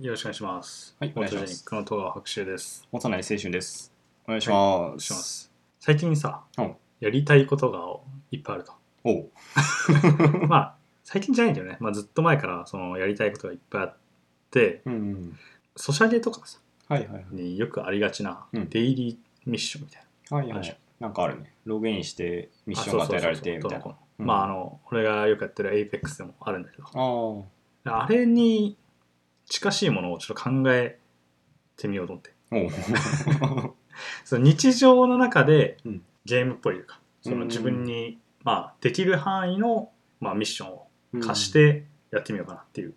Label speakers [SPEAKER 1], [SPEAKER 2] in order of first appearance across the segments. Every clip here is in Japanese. [SPEAKER 1] よろしくお願いします。
[SPEAKER 2] はいお願いし
[SPEAKER 1] オート
[SPEAKER 2] ます
[SPEAKER 1] ジェニックの戸川白秋です。
[SPEAKER 2] 幼い青春です。お願いしま。
[SPEAKER 1] しますす。最近さ、
[SPEAKER 2] うん
[SPEAKER 1] やりたいことがいっぱいあると。
[SPEAKER 2] おう。
[SPEAKER 1] まあ、最近じゃないんだよね。まあ、ずっと前から、その、やりたいことがいっぱいあって、
[SPEAKER 2] うんうん。
[SPEAKER 1] ソシャゲとかさ、
[SPEAKER 2] はいはい
[SPEAKER 1] によくありがちな、
[SPEAKER 2] うん
[SPEAKER 1] デイリーミッションみたいな。
[SPEAKER 2] はい。
[SPEAKER 1] は
[SPEAKER 2] はいいはい。なんかあるね。ログインしてミッションが与えられてみ
[SPEAKER 1] あそうそ
[SPEAKER 2] たいな。
[SPEAKER 1] うそうそうどうのこうの
[SPEAKER 2] うん
[SPEAKER 1] まあ、あの、俺がよくやってる APEX でもあるんだけど、
[SPEAKER 2] ああ。
[SPEAKER 1] あれに近しいものをちょっと考えてみようと思って。
[SPEAKER 2] おう。
[SPEAKER 1] その日常の中で
[SPEAKER 2] うん
[SPEAKER 1] ゲームっぽいというか、その自分に、まあ、できる範囲の、まあ、ミッションを貸し。てやってみようかなっていう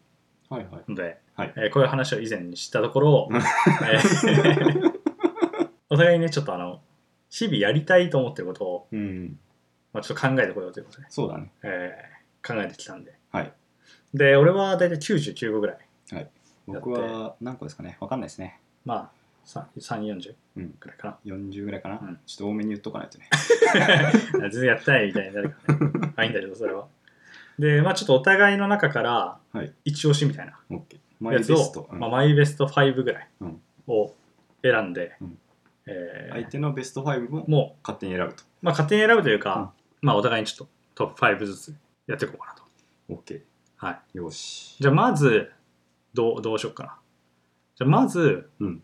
[SPEAKER 2] はいはい。
[SPEAKER 1] ので、
[SPEAKER 2] はい
[SPEAKER 1] えーこういう話を以前にしたところ、
[SPEAKER 2] うん
[SPEAKER 1] えー お互いねちょっとあの日々やりたいと思ってることを、
[SPEAKER 2] うん。
[SPEAKER 1] まあ、ちょっと考えてこようということで、
[SPEAKER 2] そうだね。
[SPEAKER 1] えー考えてきたんで
[SPEAKER 2] はい。
[SPEAKER 1] で俺は大体99個ぐらい
[SPEAKER 2] 僕は何個ですかね。わかんないですね。
[SPEAKER 1] まあ340
[SPEAKER 2] うん
[SPEAKER 1] ぐらいかな、
[SPEAKER 2] 40ぐらいかな
[SPEAKER 1] うん。
[SPEAKER 2] ちょっと多めに言っとかないとね。
[SPEAKER 1] 全然やってないみたいになるからね。あ、いいんだけど、それは。 で、まあちょっとお互いの中から
[SPEAKER 2] はい、
[SPEAKER 1] 一押しみたいな
[SPEAKER 2] オッケー。マイ
[SPEAKER 1] や
[SPEAKER 2] ベ
[SPEAKER 1] つを、
[SPEAKER 2] スト。うん
[SPEAKER 1] まあ、マイベスト5ぐらい
[SPEAKER 2] うん
[SPEAKER 1] を選んで、
[SPEAKER 2] うん
[SPEAKER 1] えー
[SPEAKER 2] 相手のベスト5も
[SPEAKER 1] も
[SPEAKER 2] 勝手に選ぶと
[SPEAKER 1] う。、まあ勝手に選ぶというか、まあお互いにちょっとトップ5ずつやっていこうかなと。
[SPEAKER 2] オッケ
[SPEAKER 1] はい。
[SPEAKER 2] ー。よし。
[SPEAKER 1] じゃあまず、どう、どうしようかな。じゃあまず、
[SPEAKER 2] うん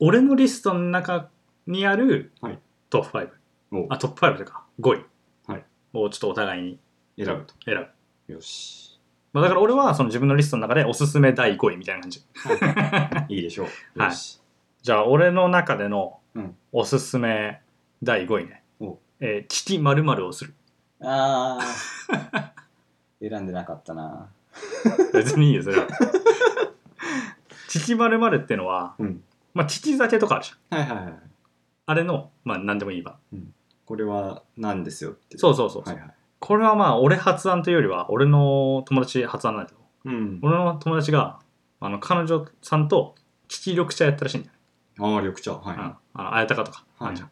[SPEAKER 1] 俺のリストの中にある
[SPEAKER 2] はい
[SPEAKER 1] トップ5。
[SPEAKER 2] おう
[SPEAKER 1] あ、トップ5というか、5位
[SPEAKER 2] はい
[SPEAKER 1] をちょっとお互いに
[SPEAKER 2] 選ぶと。
[SPEAKER 1] 選ぶ。
[SPEAKER 2] よし。
[SPEAKER 1] まあ、だから俺はその自分のリストの中でおすすめ第5位みたいな感じ。
[SPEAKER 2] いいでしょう。
[SPEAKER 1] はい
[SPEAKER 2] よし。
[SPEAKER 1] じゃあ俺の中での
[SPEAKER 2] うん
[SPEAKER 1] おすすめ第5位ね。
[SPEAKER 2] お
[SPEAKER 1] えー、聞き〇〇をする。
[SPEAKER 2] ああ。 選んでなかったな。
[SPEAKER 1] 別にいいよ、それは。 聞き〇〇ってのは、
[SPEAKER 2] うん。
[SPEAKER 1] まあ、聞き酒とかあるじゃん。
[SPEAKER 2] はいはいはい。
[SPEAKER 1] あれの、まあ、何でもいい版。
[SPEAKER 2] これは何ですよって。
[SPEAKER 1] そううそうそう。
[SPEAKER 2] はいはい。
[SPEAKER 1] これはまあ、俺発案というよりは、俺の友達発案なんだけど、
[SPEAKER 2] うん。あ
[SPEAKER 1] 俺の友達が、あの、彼女さんと、聞き緑茶やったらしいんだよね。
[SPEAKER 2] あー、緑茶。はい。
[SPEAKER 1] うんあの、あやたかとか。
[SPEAKER 2] は
[SPEAKER 1] あ
[SPEAKER 2] い
[SPEAKER 1] るじゃん。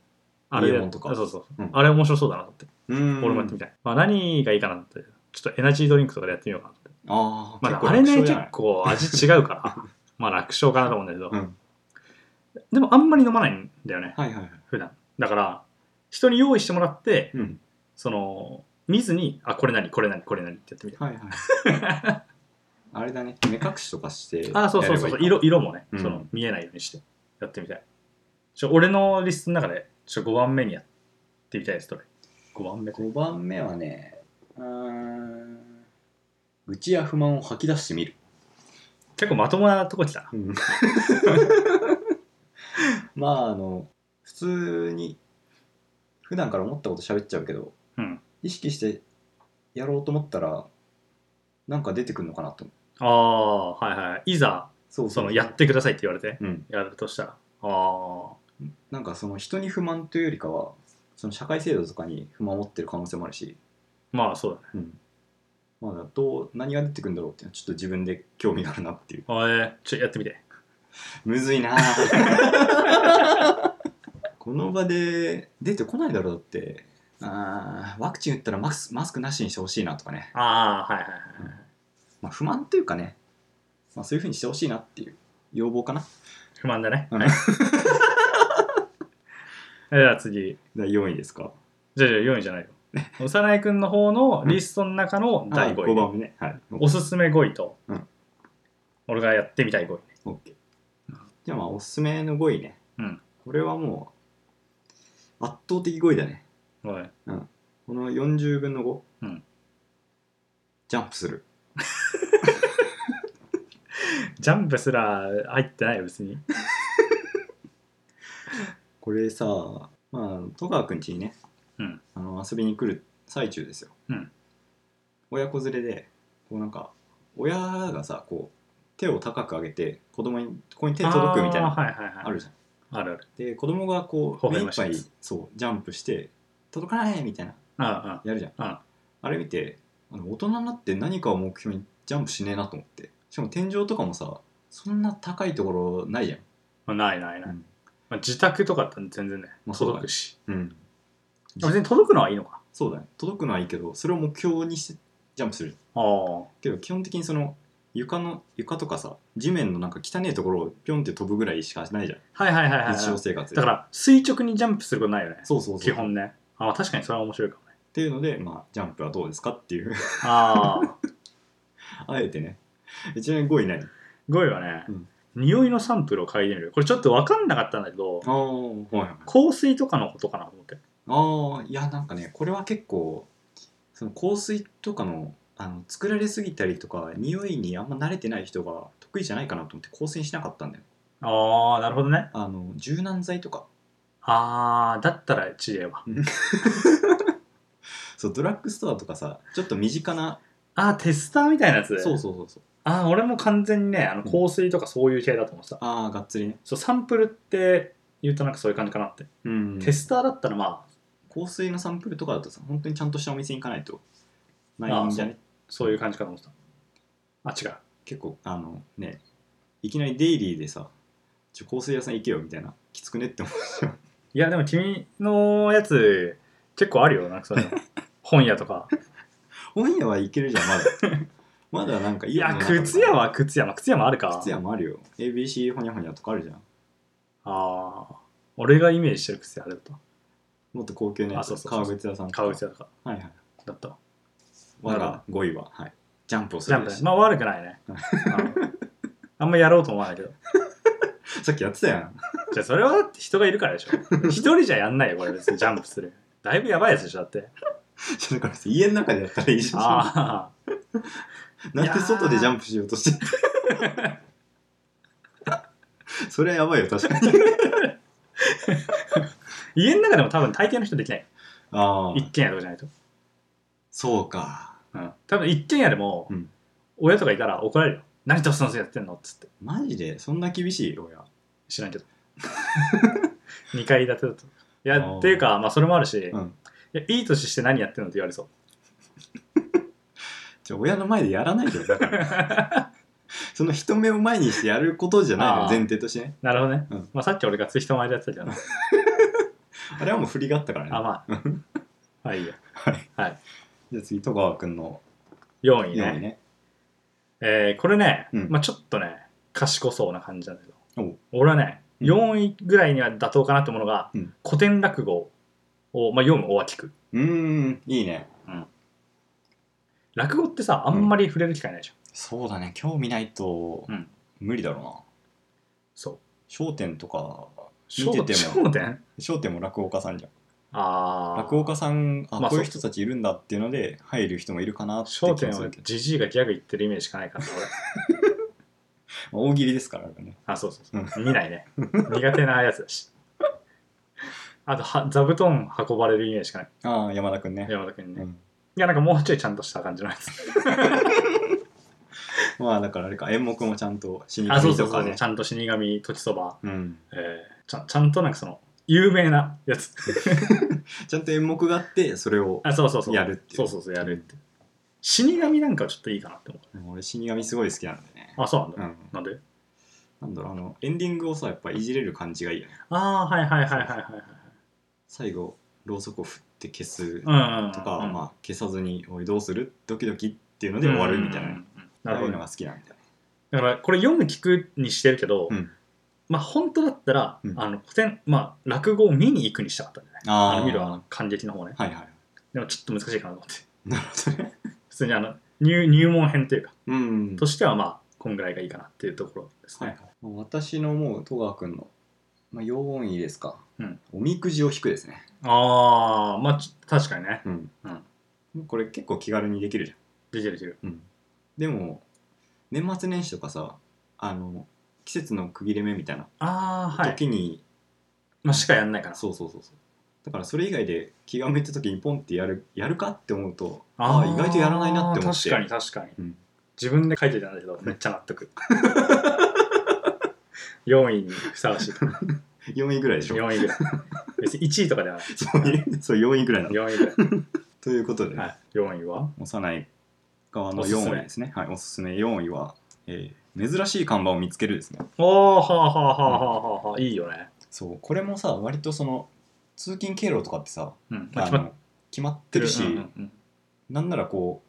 [SPEAKER 1] あれ
[SPEAKER 2] イエ
[SPEAKER 1] で
[SPEAKER 2] モンとか
[SPEAKER 1] そうそう。
[SPEAKER 2] うん
[SPEAKER 1] あれ面白そうだなと思って。
[SPEAKER 2] うん
[SPEAKER 1] 俺もやってみたい。まあ、何がいいかなって、ちょっとエナジードリンクとかでやってみようかなって。
[SPEAKER 2] ああ、
[SPEAKER 1] ま
[SPEAKER 2] 結構
[SPEAKER 1] あ、あれね、
[SPEAKER 2] 楽勝じ
[SPEAKER 1] 結
[SPEAKER 2] ゃない
[SPEAKER 1] 構味違う から、まあ楽勝かなと思うんだけど、
[SPEAKER 2] うん。
[SPEAKER 1] でもあんまり飲まないんだよね、
[SPEAKER 2] はいはいはい。
[SPEAKER 1] 普段。だから、人に用意してもらって、
[SPEAKER 2] うん。
[SPEAKER 1] その、見ずに、あ、これ何、これ何、これ何ってやってみたい。
[SPEAKER 2] はいはい。あれだね、目隠しとかし て。
[SPEAKER 1] あ、そうそうそうそう、
[SPEAKER 2] やればいいか
[SPEAKER 1] 色、色もね、
[SPEAKER 2] うん
[SPEAKER 1] その、見えないようにして、やってみたい。ちょ、俺のリストの中で、ちょ、5番目にやってみたいです、それ。5番目。
[SPEAKER 2] 五番目はね、うーん。愚痴や不満を吐き出してみる。
[SPEAKER 1] 結構まともなとこ来たな。
[SPEAKER 2] まあ、あの、普通に、普段から思ったこと喋っちゃうけど、
[SPEAKER 1] うん。
[SPEAKER 2] 意識してやろうと思ったら、なんか出てくるのかなと思
[SPEAKER 1] あ
[SPEAKER 2] う。
[SPEAKER 1] あ、はいはい。いざ、
[SPEAKER 2] そう
[SPEAKER 1] その、やってくださいって言われて、
[SPEAKER 2] うん。
[SPEAKER 1] やるとしたら。あ
[SPEAKER 2] なんかその人に不満というよりかは、その社会制度とかに不満を持ってる可能性もあるし、
[SPEAKER 1] あ、まあそうだね。
[SPEAKER 2] うん。まあ、どう、何が出てくるんだろうっていうのは、ちょっと自分で興味があるなっていう。
[SPEAKER 1] あえーちょ、やってみて。
[SPEAKER 2] む ずいなこの場で出てこないだろうだって、あーワクチン打ったらマスマスクなしにしてほしいなとかね。
[SPEAKER 1] ああ、はいはい
[SPEAKER 2] うん
[SPEAKER 1] はい。
[SPEAKER 2] まあ、不満というかね、まあ、そういうふうにしてほしいなっていう要望かな。
[SPEAKER 1] 不満だね。
[SPEAKER 2] うん
[SPEAKER 1] はい。 じゃあ次。
[SPEAKER 2] 第4位ですか。
[SPEAKER 1] じゃあじゃあ4位じゃないよ。幼いくんの方のリストの中の第
[SPEAKER 2] はい五
[SPEAKER 1] 5位。
[SPEAKER 2] 番目ね。はい。
[SPEAKER 1] おすすめ5位と
[SPEAKER 2] うん、
[SPEAKER 1] 俺がやってみたい5位ね。
[SPEAKER 2] オッケーじゃあまあおすすめの5位ね、
[SPEAKER 1] うん
[SPEAKER 2] これはもう圧倒的5位だね
[SPEAKER 1] おい。
[SPEAKER 2] この40分の5、
[SPEAKER 1] うん
[SPEAKER 2] ジャンプする
[SPEAKER 1] ジャンプすら入ってないよ、別に。
[SPEAKER 2] これさまあ戸川君家にね、
[SPEAKER 1] うん
[SPEAKER 2] あの遊びに来る最中ですよ、
[SPEAKER 1] うん
[SPEAKER 2] 親子連れでこうなんか親がさこう手を高く上げて子供にここに手届くみたい
[SPEAKER 1] あ
[SPEAKER 2] な
[SPEAKER 1] ーはいはいはい。
[SPEAKER 2] あるじゃん
[SPEAKER 1] あるある。
[SPEAKER 2] で子供がこ
[SPEAKER 1] 微
[SPEAKER 2] う目
[SPEAKER 1] 笑
[SPEAKER 2] い
[SPEAKER 1] ま
[SPEAKER 2] っ
[SPEAKER 1] しい
[SPEAKER 2] ぱい
[SPEAKER 1] やつ
[SPEAKER 2] そうジャンプして届かないみたいな
[SPEAKER 1] あ
[SPEAKER 2] やるじゃん
[SPEAKER 1] あ、ああ。
[SPEAKER 2] あれ見てあの大人になって何かを目標にジャンプしねえなと思ってしかも天井とかもさそんな高いところないじゃん、
[SPEAKER 1] まあないないない。
[SPEAKER 2] ん
[SPEAKER 1] まあ自宅とかだったら全然ね、
[SPEAKER 2] まあそうだ
[SPEAKER 1] 届
[SPEAKER 2] ね
[SPEAKER 1] くし。
[SPEAKER 2] うん、
[SPEAKER 1] 別に届くのはいいのか。
[SPEAKER 2] そうだね届くのはいいけどそれを目標にしてジャンプする
[SPEAKER 1] ああ。
[SPEAKER 2] けど基本的にその床の床とかさ地面のなんか汚いところをピョンって飛ぶぐらいしかないじゃ
[SPEAKER 1] はいはいはいはい、
[SPEAKER 2] ん日常
[SPEAKER 1] は
[SPEAKER 2] 生活
[SPEAKER 1] い。
[SPEAKER 2] で
[SPEAKER 1] だから、垂直にジャンプすることないよね。
[SPEAKER 2] そうそうそう
[SPEAKER 1] 基本ね。あ、確かにそれは面白いかもね。
[SPEAKER 2] っていうので、まあ、ジャンプはどうですかっていう
[SPEAKER 1] あ あ。
[SPEAKER 2] あえてねえちなみに5位何
[SPEAKER 1] 5位はね、
[SPEAKER 2] うん
[SPEAKER 1] 匂いのサンプルを嗅いでみる。これちょっと分かんなかったんだけど、
[SPEAKER 2] ああはいはい
[SPEAKER 1] 香水とかのことかなと思って。
[SPEAKER 2] ああいやなんかねこれは結構その香水とかのあの作られすぎたりとか匂いにあんま慣れてない人が得意じゃないかなと思って香水にしなかったんだよ
[SPEAKER 1] ああ、なるほどね。
[SPEAKER 2] あの柔軟剤とか
[SPEAKER 1] ああ、だったら知恵は。
[SPEAKER 2] そうドラッグストアとかさちょっと身近な
[SPEAKER 1] ああ、テスターみたいなやつ。
[SPEAKER 2] そうそうそうそう
[SPEAKER 1] ああ、俺も完全にね、あの
[SPEAKER 2] うん
[SPEAKER 1] 香水とかそういう系だと思ってた。
[SPEAKER 2] ああがっつりね
[SPEAKER 1] そう、サンプルって言うとなんかそういう感じかなって。
[SPEAKER 2] うん
[SPEAKER 1] テスターだったらまあ、
[SPEAKER 2] 香水のサンプルとかだとさ本当にちゃんとしたお店に行かないとないんじゃね
[SPEAKER 1] そういう感じかと思ってた。あ、違う。
[SPEAKER 2] 結構あのねいきなりデイリーでさちょ香水屋さん行けよみたいなきつくねって思う
[SPEAKER 1] いや、でも君のやつ、結構あるよ。なんかそう いうの本屋とか。
[SPEAKER 2] 本屋は行けるじゃんまだ まだなんか
[SPEAKER 1] いや、
[SPEAKER 2] の中とか
[SPEAKER 1] 靴屋は靴屋。まあ、靴屋もあるか。
[SPEAKER 2] 靴屋もあるよ ABC ほにゃほにゃとかあるじゃん
[SPEAKER 1] ああ。俺がイメージしてる靴屋だった。
[SPEAKER 2] もっと高級なや
[SPEAKER 1] あそう
[SPEAKER 2] つ
[SPEAKER 1] そうそう
[SPEAKER 2] 革靴屋さんとか
[SPEAKER 1] 革靴屋とか
[SPEAKER 2] はいはい
[SPEAKER 1] だったわ。
[SPEAKER 2] 我
[SPEAKER 1] なる
[SPEAKER 2] が5位は、はい、ジャンプをす
[SPEAKER 1] ジャ
[SPEAKER 2] る
[SPEAKER 1] ンプ
[SPEAKER 2] で
[SPEAKER 1] ね
[SPEAKER 2] し。た
[SPEAKER 1] まあ悪くないね。 うんあんまやろうと思わないけど。
[SPEAKER 2] さっきやってたやん
[SPEAKER 1] じゃあそれはだって人がいるからでしょ。一人じゃやんないよ、これ別にジャンプする。だいぶやばいやつでしょ、だって。
[SPEAKER 2] だから家の中でやったらいいじゃん
[SPEAKER 1] あ
[SPEAKER 2] なんで外でジャンプしようとして それはやばいよ確かに
[SPEAKER 1] あ。家の中でも多分大抵の人できない。
[SPEAKER 2] ああ
[SPEAKER 1] 一軒家とかじゃないと。
[SPEAKER 2] そうか
[SPEAKER 1] うん。多分一軒家でも
[SPEAKER 2] うん、
[SPEAKER 1] 親とかいたら怒られるよ。何とそのせやってんのっつって。
[SPEAKER 2] マジでそんな厳しい親
[SPEAKER 1] 知ら んけど。2階建てだと。いや
[SPEAKER 2] あ、ー
[SPEAKER 1] っていうか、まあそれもあるし、
[SPEAKER 2] うん
[SPEAKER 1] いやいい年して何やってんのって言われそう。
[SPEAKER 2] じゃあ親の前でやらないでよだから その人目を前にしてやることじゃないの
[SPEAKER 1] あー
[SPEAKER 2] 前提としてね
[SPEAKER 1] なるほどね。
[SPEAKER 2] うん
[SPEAKER 1] まあさっき俺がツイスト前でやってたじゃん。あ、
[SPEAKER 2] あれはもう振りがあったからね
[SPEAKER 1] まあ。まあいいよ。
[SPEAKER 2] じゃあ次戸川君の
[SPEAKER 1] 4位ね。
[SPEAKER 2] 4位ね
[SPEAKER 1] えーこれね、
[SPEAKER 2] うん
[SPEAKER 1] まあちょっとね、賢そうな感じなんだけ
[SPEAKER 2] お
[SPEAKER 1] ど、俺はね、
[SPEAKER 2] うん
[SPEAKER 1] 4位ぐらいには妥当かなと思うのが、
[SPEAKER 2] うん
[SPEAKER 1] 古典落語を、まあ、読む、大聞く。
[SPEAKER 2] うーんいいね
[SPEAKER 1] 落語ってさ、あんまり触れる機会ないでしょ。
[SPEAKER 2] そうだね興味ないと
[SPEAKER 1] うん
[SPEAKER 2] 無理だろうな
[SPEAKER 1] そう。
[SPEAKER 2] 『笑点』とか
[SPEAKER 1] 焦
[SPEAKER 2] 見てても
[SPEAKER 1] 焦点
[SPEAKER 2] 『笑点』も落語家さんじゃん
[SPEAKER 1] ああ。
[SPEAKER 2] 落語家さんあ、
[SPEAKER 1] まあ
[SPEAKER 2] こういう
[SPEAKER 1] そ
[SPEAKER 2] 人たちいるんだっていうので入る人もいるかなって気
[SPEAKER 1] 焦点
[SPEAKER 2] がす
[SPEAKER 1] は
[SPEAKER 2] るけど、
[SPEAKER 1] じじいがギャグ言ってるイメージしかないからな俺。
[SPEAKER 2] まあ大喜利ですからあれね
[SPEAKER 1] あ、そうそうそう。見ないね。苦手なやつだし。あとは、座布団運ばれるイメージしかない。
[SPEAKER 2] ああ山田君ね
[SPEAKER 1] 山田君に
[SPEAKER 2] う
[SPEAKER 1] ね。
[SPEAKER 2] ん、
[SPEAKER 1] いや、なんかもうちょいちゃんとした感じのやつ。
[SPEAKER 2] まあだからあれか演目もちゃんと死
[SPEAKER 1] あ、そう
[SPEAKER 2] 神
[SPEAKER 1] そう
[SPEAKER 2] と
[SPEAKER 1] そ
[SPEAKER 2] か
[SPEAKER 1] う、
[SPEAKER 2] ね
[SPEAKER 1] ちゃんと死神、時そば、
[SPEAKER 2] うん、
[SPEAKER 1] えーちゃん、ちゃんとなんかその、有名なやつ。
[SPEAKER 2] ちゃんと演目があってそれを
[SPEAKER 1] あ、そうそうそう。
[SPEAKER 2] やるっていう
[SPEAKER 1] そうそうそう、やるっていう。死神なんかはちょっといいかなって思
[SPEAKER 2] でも俺死神すごい好きなんでね
[SPEAKER 1] う。あ、そうなんだ。
[SPEAKER 2] うん
[SPEAKER 1] なんで
[SPEAKER 2] なんだろうあのエンディングをさやっぱいじれる感じがいいよね
[SPEAKER 1] ああ、はいはいはいはいはいはい。
[SPEAKER 2] 最後ろうそくを振って消す
[SPEAKER 1] うんうんうん。
[SPEAKER 2] とか、まあ、消さずに「おいどうするドキドキ」っていうので終わるみたいな、
[SPEAKER 1] うんうんうん。な
[SPEAKER 2] あ
[SPEAKER 1] る
[SPEAKER 2] あい
[SPEAKER 1] ほど
[SPEAKER 2] うの
[SPEAKER 1] ね。
[SPEAKER 2] が好きなんだよね
[SPEAKER 1] だから、これ読む聞くにしてるけど、
[SPEAKER 2] うん
[SPEAKER 1] まあ、本当だったら、
[SPEAKER 2] うん
[SPEAKER 1] あの、古典、まあ、落語を見に行くにしたかったんだよね。
[SPEAKER 2] あ
[SPEAKER 1] あの見るあ
[SPEAKER 2] は
[SPEAKER 1] の、感激の方ね。
[SPEAKER 2] いはい
[SPEAKER 1] でも、ちょっと難しいかなと思って。
[SPEAKER 2] なるほどね
[SPEAKER 1] 普通にあの、入入門編というか、
[SPEAKER 2] うん
[SPEAKER 1] としてはまあ、こんぐらいがいいかなっていうところです
[SPEAKER 2] は
[SPEAKER 1] ね。
[SPEAKER 2] い、私のもう戸川君の、まあ、4位ですか、
[SPEAKER 1] うん
[SPEAKER 2] おみくじを引くですね、
[SPEAKER 1] ああ、まあち確かにね。
[SPEAKER 2] うん
[SPEAKER 1] うん
[SPEAKER 2] これ結構気軽にできるじ
[SPEAKER 1] 出てる出てる。
[SPEAKER 2] ゃん、でも年末年始とかさあの季節の区切れ目みたいな
[SPEAKER 1] ああ、はい。
[SPEAKER 2] 時に、
[SPEAKER 1] まあしかやんないから。
[SPEAKER 2] そうそうそうそうだからそれ以外で気が向いた時にポンってやるやるかって思うとああ
[SPEAKER 1] ー
[SPEAKER 2] 意外とやらないなって思って
[SPEAKER 1] 確かに確かに。
[SPEAKER 2] うん
[SPEAKER 1] 自分で書いてたんだけど、めっちゃ納得。4位にふさわ しい。
[SPEAKER 2] 4位ぐらいでしょ
[SPEAKER 1] 4位ぐらい。別に1位とかではない。
[SPEAKER 2] そういうそう4位ぐらいなの。
[SPEAKER 1] 4位ぐらい。
[SPEAKER 2] ということで、
[SPEAKER 1] はい、4位は
[SPEAKER 2] 幼い側の
[SPEAKER 1] おすすめ
[SPEAKER 2] 4位ですね。はい、おすすめ4位は、えー珍しい看板を見つけるですね。
[SPEAKER 1] おおはあはあはあはあはあはあ。いいよね。
[SPEAKER 2] そう、これもさ、割とその通勤経路とかってさ、
[SPEAKER 1] うん。
[SPEAKER 2] あ
[SPEAKER 1] まあ、
[SPEAKER 2] の
[SPEAKER 1] 決まっ
[SPEAKER 2] 決まってて
[SPEAKER 1] る
[SPEAKER 2] る
[SPEAKER 1] し。
[SPEAKER 2] し、
[SPEAKER 1] うんうんうん
[SPEAKER 2] なんならこ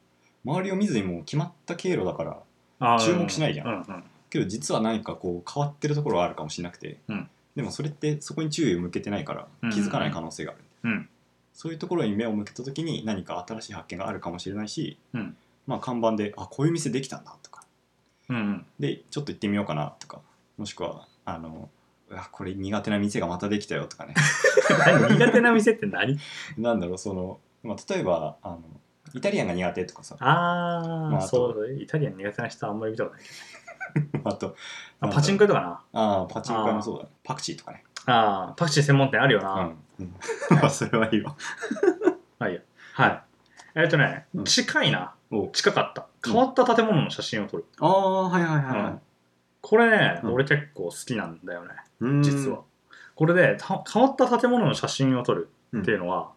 [SPEAKER 2] う、周りを見ずにもう決まった経路だから、
[SPEAKER 1] あー
[SPEAKER 2] 注目しないじゃん
[SPEAKER 1] うんうん
[SPEAKER 2] けど実は何かこう変わってるところはあるかもしれなくて、
[SPEAKER 1] うん
[SPEAKER 2] でもそれってそこに注意を向けてないから
[SPEAKER 1] うん
[SPEAKER 2] 気づかない可能性がある、
[SPEAKER 1] うん
[SPEAKER 2] そういうところに目を向けた時に何か新しい発見があるかもしれないし、
[SPEAKER 1] うん
[SPEAKER 2] まあ看板で「あこういう店できたんだ」とか
[SPEAKER 1] うんうん
[SPEAKER 2] 「でちょっと行ってみようかな」とかもしくは「あのうわこれ苦手な店がまたできたよ」とかね
[SPEAKER 1] 何苦手な店って何
[SPEAKER 2] なんだろうその、まあ、例えばあのイタリアンが苦手とかさ
[SPEAKER 1] あ、
[SPEAKER 2] まあ
[SPEAKER 1] あ、
[SPEAKER 2] あと
[SPEAKER 1] そうイタリアン苦手な人はあんまり見たことない
[SPEAKER 2] あと
[SPEAKER 1] あパチンコ屋とか
[SPEAKER 2] あーパチンコ屋もそうだねパクチーとかね
[SPEAKER 1] なあーパクチー専門店あるよな、
[SPEAKER 2] うん、うん それはいいわ
[SPEAKER 1] はいよはいえっとね、
[SPEAKER 2] うん
[SPEAKER 1] 近いな
[SPEAKER 2] お
[SPEAKER 1] 近かった変わった建物の写真を撮る、
[SPEAKER 2] ああはいはいはい、はい
[SPEAKER 1] これね、
[SPEAKER 2] うん
[SPEAKER 1] 俺結構好きなんだよね
[SPEAKER 2] うん
[SPEAKER 1] 実は、これでた変わった建物の写真を撮る
[SPEAKER 2] うん
[SPEAKER 1] っていうのは、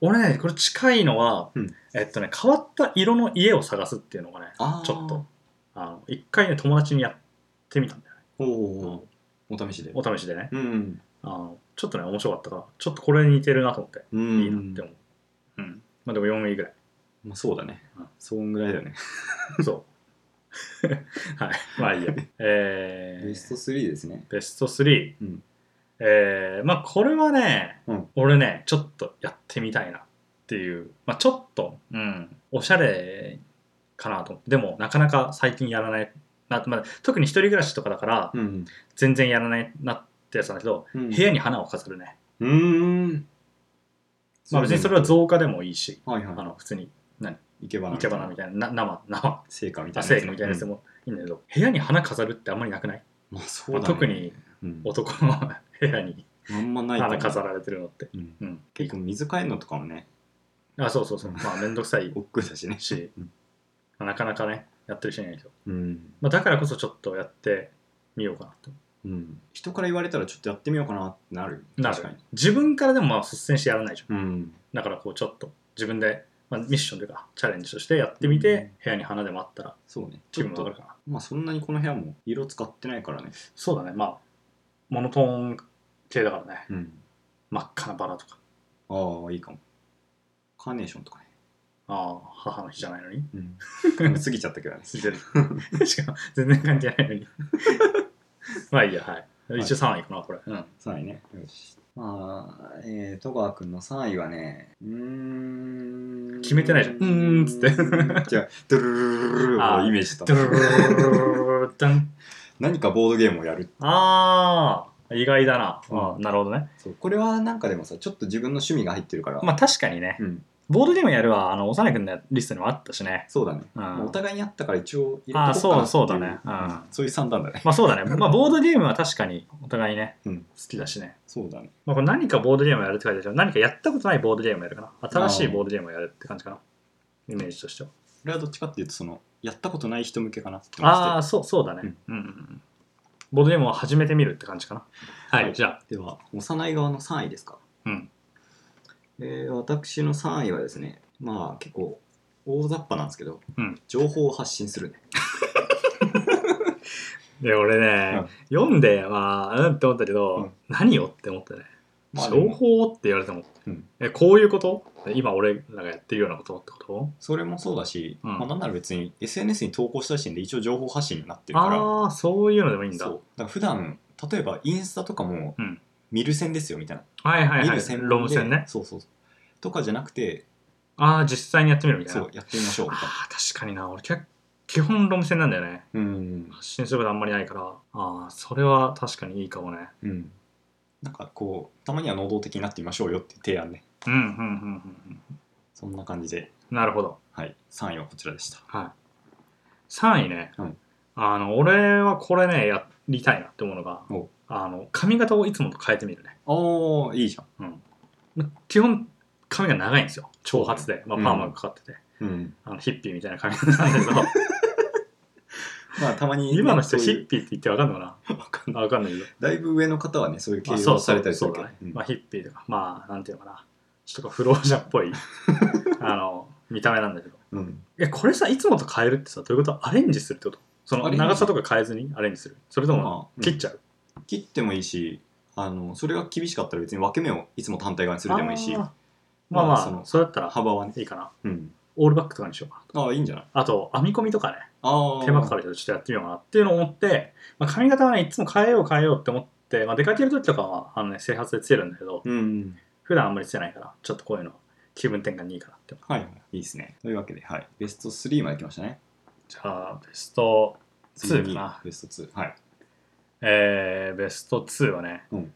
[SPEAKER 1] 俺ねこれ近いのは、
[SPEAKER 2] うん
[SPEAKER 1] えっとね変わった色の家を探すっていうのがね
[SPEAKER 2] あー
[SPEAKER 1] ちょっとあの一回ね友達にやってみたんだよね
[SPEAKER 2] おおお試しで
[SPEAKER 1] お試しでね
[SPEAKER 2] うん
[SPEAKER 1] あのちょっとね面白かったからちょっとこれに似てるなと思って
[SPEAKER 2] うん
[SPEAKER 1] いいなって思ううん、まあでも4位ぐらい
[SPEAKER 2] まあそうだね
[SPEAKER 1] うん
[SPEAKER 2] そんぐらいだよね
[SPEAKER 1] そう はいまあいい やえー、
[SPEAKER 2] ベスト3ですね
[SPEAKER 1] ベスト3、
[SPEAKER 2] うん
[SPEAKER 1] えーまあこれはね、
[SPEAKER 2] うん
[SPEAKER 1] 俺ねちょっとやってみたいなっていう、まあ、ちょっと、うん、おしゃれかなと思ってでもなかなか最近やらないな、まあ、特に一人暮らしとかだから
[SPEAKER 2] うん
[SPEAKER 1] 全然やらないなってやつなんだけど、
[SPEAKER 2] 部
[SPEAKER 1] 部屋に花を飾るね、
[SPEAKER 2] うーん
[SPEAKER 1] まあ、別にそれは造花でもいいし、
[SPEAKER 2] はい
[SPEAKER 1] あ
[SPEAKER 2] はい
[SPEAKER 1] の普通に
[SPEAKER 2] いけばない
[SPEAKER 1] けばなみたいなな生生
[SPEAKER 2] 成果みた
[SPEAKER 1] あ
[SPEAKER 2] いな
[SPEAKER 1] 成
[SPEAKER 2] やつ
[SPEAKER 1] 果みたいなやつでもいいんだけど、部屋に花飾るってあんまりなくない、
[SPEAKER 2] うんまあそうだね
[SPEAKER 1] まあ特に
[SPEAKER 2] うん
[SPEAKER 1] 男の部屋に
[SPEAKER 2] あんまないと思
[SPEAKER 1] 花
[SPEAKER 2] う
[SPEAKER 1] 飾られてるのって、
[SPEAKER 2] うん
[SPEAKER 1] うん、
[SPEAKER 2] 結構水変えるのとかもね
[SPEAKER 1] あそうそうそう
[SPEAKER 2] うん
[SPEAKER 1] まあ面倒くさい
[SPEAKER 2] 億劫だしね
[SPEAKER 1] し
[SPEAKER 2] うん、
[SPEAKER 1] まあなかなかねやってる人いないでしょ、
[SPEAKER 2] うん
[SPEAKER 1] まあ、だからこそちょっとやってみようかなと
[SPEAKER 2] うん人から言われたらちょっとやってみようかなってなる
[SPEAKER 1] な
[SPEAKER 2] 確か
[SPEAKER 1] る
[SPEAKER 2] に
[SPEAKER 1] 自分からでもまあ率先してやらないじゃん
[SPEAKER 2] うん
[SPEAKER 1] だからこうちょっと自分で、まあ、ミッションというかチャレンジとしてやってみて、
[SPEAKER 2] うん
[SPEAKER 1] 部屋に花でもあったら
[SPEAKER 2] そうね
[SPEAKER 1] 気
[SPEAKER 2] ちょ
[SPEAKER 1] 分
[SPEAKER 2] っ
[SPEAKER 1] も上がる
[SPEAKER 2] と
[SPEAKER 1] かな
[SPEAKER 2] まあそんなにこの部屋も色使ってないからね
[SPEAKER 1] そうだねまあモノトーン系だからね
[SPEAKER 2] うん
[SPEAKER 1] 真っ赤なバラとか
[SPEAKER 2] ああいいかもカーネーションとかね
[SPEAKER 1] ああ母の日じゃないのに
[SPEAKER 2] うん、過ぎちゃったけどね。
[SPEAKER 1] ついてるしかも全然関係ないのにまあいいやはい一応3位かなこれ、うん
[SPEAKER 2] 3位ね。よし。まあ、えー、戸川君の3位はね、うーん。
[SPEAKER 1] 決めてないじゃんうーんっつって
[SPEAKER 2] じゃあ、ドゥルルルルルルをイメージした。何かボードゲームをやる。
[SPEAKER 1] ああ意外だな、
[SPEAKER 2] うん
[SPEAKER 1] なるほどね
[SPEAKER 2] そうこれはなんかでもさ、ちょっと自分の趣味が入ってるから。
[SPEAKER 1] まあ確かにね
[SPEAKER 2] うん、
[SPEAKER 1] ボードゲームやるはあの幼い君のリストにもあったしね
[SPEAKER 2] そうだね。
[SPEAKER 1] うん
[SPEAKER 2] まあお互いにあったから一応入れとこうかな
[SPEAKER 1] ああ
[SPEAKER 2] ってい
[SPEAKER 1] そうそうだね、うん
[SPEAKER 2] そういう3段だね。
[SPEAKER 1] まあそうだねまあボードゲームは確かにお互いね、
[SPEAKER 2] うん
[SPEAKER 1] 好きだしね、
[SPEAKER 2] そうだね。
[SPEAKER 1] まあ、これ何かボードゲームをやるって書いてあるけど何かやったことないボードゲームをやるかな新しいボードゲームをやるって感じかなイメージとしては
[SPEAKER 2] これはどっちかっていうと、その、やったことない人向けかなって
[SPEAKER 1] ああ
[SPEAKER 2] 思っ
[SPEAKER 1] ーそうそうだね、うんうんうん、ボードゲームを始めてみるって感じかなはい、
[SPEAKER 2] はい
[SPEAKER 1] じゃあ
[SPEAKER 2] て。では、幼い側の3位ですか。
[SPEAKER 1] うん
[SPEAKER 2] えー私の3位はですね、まあ結構大雑把なんですけど、
[SPEAKER 1] うん
[SPEAKER 2] 情報を発信するね。
[SPEAKER 1] で俺ね、読んでまあうんって思ったけど、
[SPEAKER 2] うん
[SPEAKER 1] 何よって思ったね
[SPEAKER 2] まあで
[SPEAKER 1] 情
[SPEAKER 2] も
[SPEAKER 1] 報って言われても、
[SPEAKER 2] うん
[SPEAKER 1] えこういうこと今俺らがやってるようなことってこ
[SPEAKER 2] それもそうだし、
[SPEAKER 1] うん
[SPEAKER 2] まあ、なんなら別に SNS に投稿した時点で一応情報発信になって
[SPEAKER 1] と
[SPEAKER 2] るから、
[SPEAKER 1] ああーそういうのでもいいんだ
[SPEAKER 2] そうだ
[SPEAKER 1] は
[SPEAKER 2] から普段例えばインスタとかも
[SPEAKER 1] うん
[SPEAKER 2] 見る線ですよみたいな、
[SPEAKER 1] いはい
[SPEAKER 2] 見
[SPEAKER 1] はい
[SPEAKER 2] る線
[SPEAKER 1] ロム線ね
[SPEAKER 2] そうそうそうとかじゃなくて
[SPEAKER 1] ああ実際にやってみるみたい
[SPEAKER 2] そ
[SPEAKER 1] な
[SPEAKER 2] うやってみましょうみたいな
[SPEAKER 1] ああ確かにな俺結構基本ロム線なんだよね
[SPEAKER 2] うん、
[SPEAKER 1] 発信することあんまりないからああそれは確かにいいかもね
[SPEAKER 2] うん、なんかこうたまには能動的になってみましょうよっていう提案ね
[SPEAKER 1] うんうんうんうん
[SPEAKER 2] そんな感じで、
[SPEAKER 1] うんなるほど
[SPEAKER 2] はい、3位はこちらでした
[SPEAKER 1] はい、3位ね、
[SPEAKER 2] うん
[SPEAKER 1] あの俺はこれねやりたいなって思うのが
[SPEAKER 2] お
[SPEAKER 1] あの髪型をいつもと変えてみるね、
[SPEAKER 2] おーいいじゃ
[SPEAKER 1] うん、基本髪が長いんですよ長髪で、まあ、
[SPEAKER 2] うん
[SPEAKER 1] パーマがかかってて、
[SPEAKER 2] ん、うん、
[SPEAKER 1] あのヒッピーみたいな髪型なんだ けど
[SPEAKER 2] まあたまにね、
[SPEAKER 1] 今の人
[SPEAKER 2] そう
[SPEAKER 1] ヒ
[SPEAKER 2] いう
[SPEAKER 1] ッピーって言ってわかんのかな
[SPEAKER 2] わかんない
[SPEAKER 1] あわかんないけど、
[SPEAKER 2] だいぶ上の方はねそういう形
[SPEAKER 1] まあ、
[SPEAKER 2] 容されたりす
[SPEAKER 1] そ
[SPEAKER 2] る
[SPEAKER 1] う
[SPEAKER 2] け
[SPEAKER 1] だ
[SPEAKER 2] ど
[SPEAKER 1] ね、
[SPEAKER 2] うん
[SPEAKER 1] まあ、ヒッピーとかまあなんていうのかなちょっと不老者っ ぽいあの見た目なんだけど
[SPEAKER 2] うん
[SPEAKER 1] えこれさいつもと変えるってさどういうことアレンジするってことその
[SPEAKER 2] アレンジ
[SPEAKER 1] 長さとか変えずにアレンジするそれとも
[SPEAKER 2] まあ
[SPEAKER 1] 切っちゃう、
[SPEAKER 2] 切ってもいいしあのそれが厳しかったら別に分け目をいつもと反対側にするでもいいし
[SPEAKER 1] あーまあまあ
[SPEAKER 2] その
[SPEAKER 1] そうだったら
[SPEAKER 2] 幅はね、
[SPEAKER 1] いいかな
[SPEAKER 2] うん、
[SPEAKER 1] オールバックとかにしようかなと。
[SPEAKER 2] ああいいんじゃない
[SPEAKER 1] あと、編み込みとかね、
[SPEAKER 2] ああ
[SPEAKER 1] 手間かかるけどちょっとやってみようかなっていうのを思って、まあ、髪型はね、いつも変えよう変えようって思って、まあ、出かける時とかは、あのね、整髪でつけるんだけど、
[SPEAKER 2] うんうん
[SPEAKER 1] 普段あんまりつけないから、ちょっとこういうの、気分転換にいいかなって思う。
[SPEAKER 2] はいはいいいですねというわけで、はい、ベスト3まで来ましたね
[SPEAKER 1] じゃあ、ベスト2か
[SPEAKER 2] 次に
[SPEAKER 1] な。
[SPEAKER 2] ベスト2はい
[SPEAKER 1] えー、ベスト2はね、
[SPEAKER 2] うん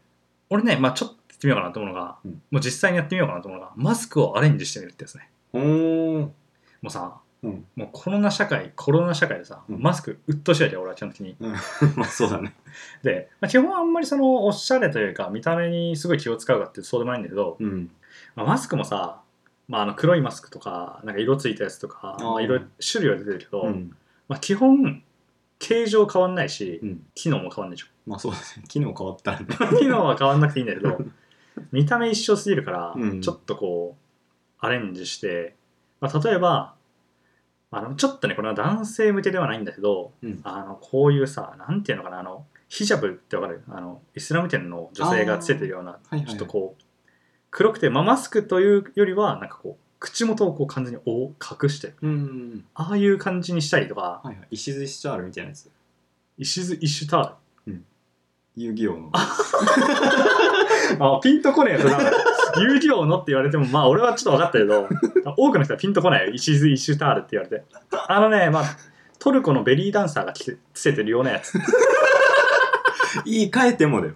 [SPEAKER 1] 俺ね、まあ、ちょっとやってみようかなと思うのが、
[SPEAKER 2] うん
[SPEAKER 1] もう実際にやってみようかなと思うのが、マスクをアレンジしてみるってですね。
[SPEAKER 2] おー
[SPEAKER 1] もうさ、
[SPEAKER 2] うん
[SPEAKER 1] もうコロナ社会、コロナ社会でさ、
[SPEAKER 2] うん
[SPEAKER 1] マスクうっとうしいわけよ、俺は基本的に。
[SPEAKER 2] うん まあそうだね
[SPEAKER 1] で、まあ、基本はあんまりそのおしゃれというか、見た目にすごい気を使うかってそうでもないんだけど、
[SPEAKER 2] うん
[SPEAKER 1] まあマスクもさ、まあ、あの黒いマスクとか、なんか色ついたやつとか、
[SPEAKER 2] あー
[SPEAKER 1] まあ、色種類は出てるけど、
[SPEAKER 2] うん
[SPEAKER 1] まあ、基本、形状変わんないし
[SPEAKER 2] う、ん
[SPEAKER 1] 機能も変わんないでしょ。
[SPEAKER 2] まあそうだね機能変わったらね
[SPEAKER 1] 機能は変わんなくていいんだけど見た目一緒すぎるから、
[SPEAKER 2] うん
[SPEAKER 1] ちょっとこうアレンジして、まあ、例えばあのちょっとねこれは男性向けではないんだけど
[SPEAKER 2] うん
[SPEAKER 1] あのこういうさなんていうのかなあのヒジャブってわかるあのイスラム圏の女性がつけてるような
[SPEAKER 2] はいはい
[SPEAKER 1] ちょっとこう黒くて、まあ、マスクというよりはなんかこう口元をこう完全に覆う隠してる
[SPEAKER 2] うんうん
[SPEAKER 1] ああいう感じにしたりとか
[SPEAKER 2] はいはい石髄シチャールみたいなやつ
[SPEAKER 1] イシズイシュタール
[SPEAKER 2] 遊戯王の
[SPEAKER 1] あ、ピンとこねえと、なんか、遊戯王のって言われても、まあ、俺はちょっと分かったけど、多くの人はピンとこないよ。イシズ・イシュタールって言われて。あのね、まあ、トルコのベリーダンサーが着て着せてるようなやつ。
[SPEAKER 2] 言い換えてもだ よ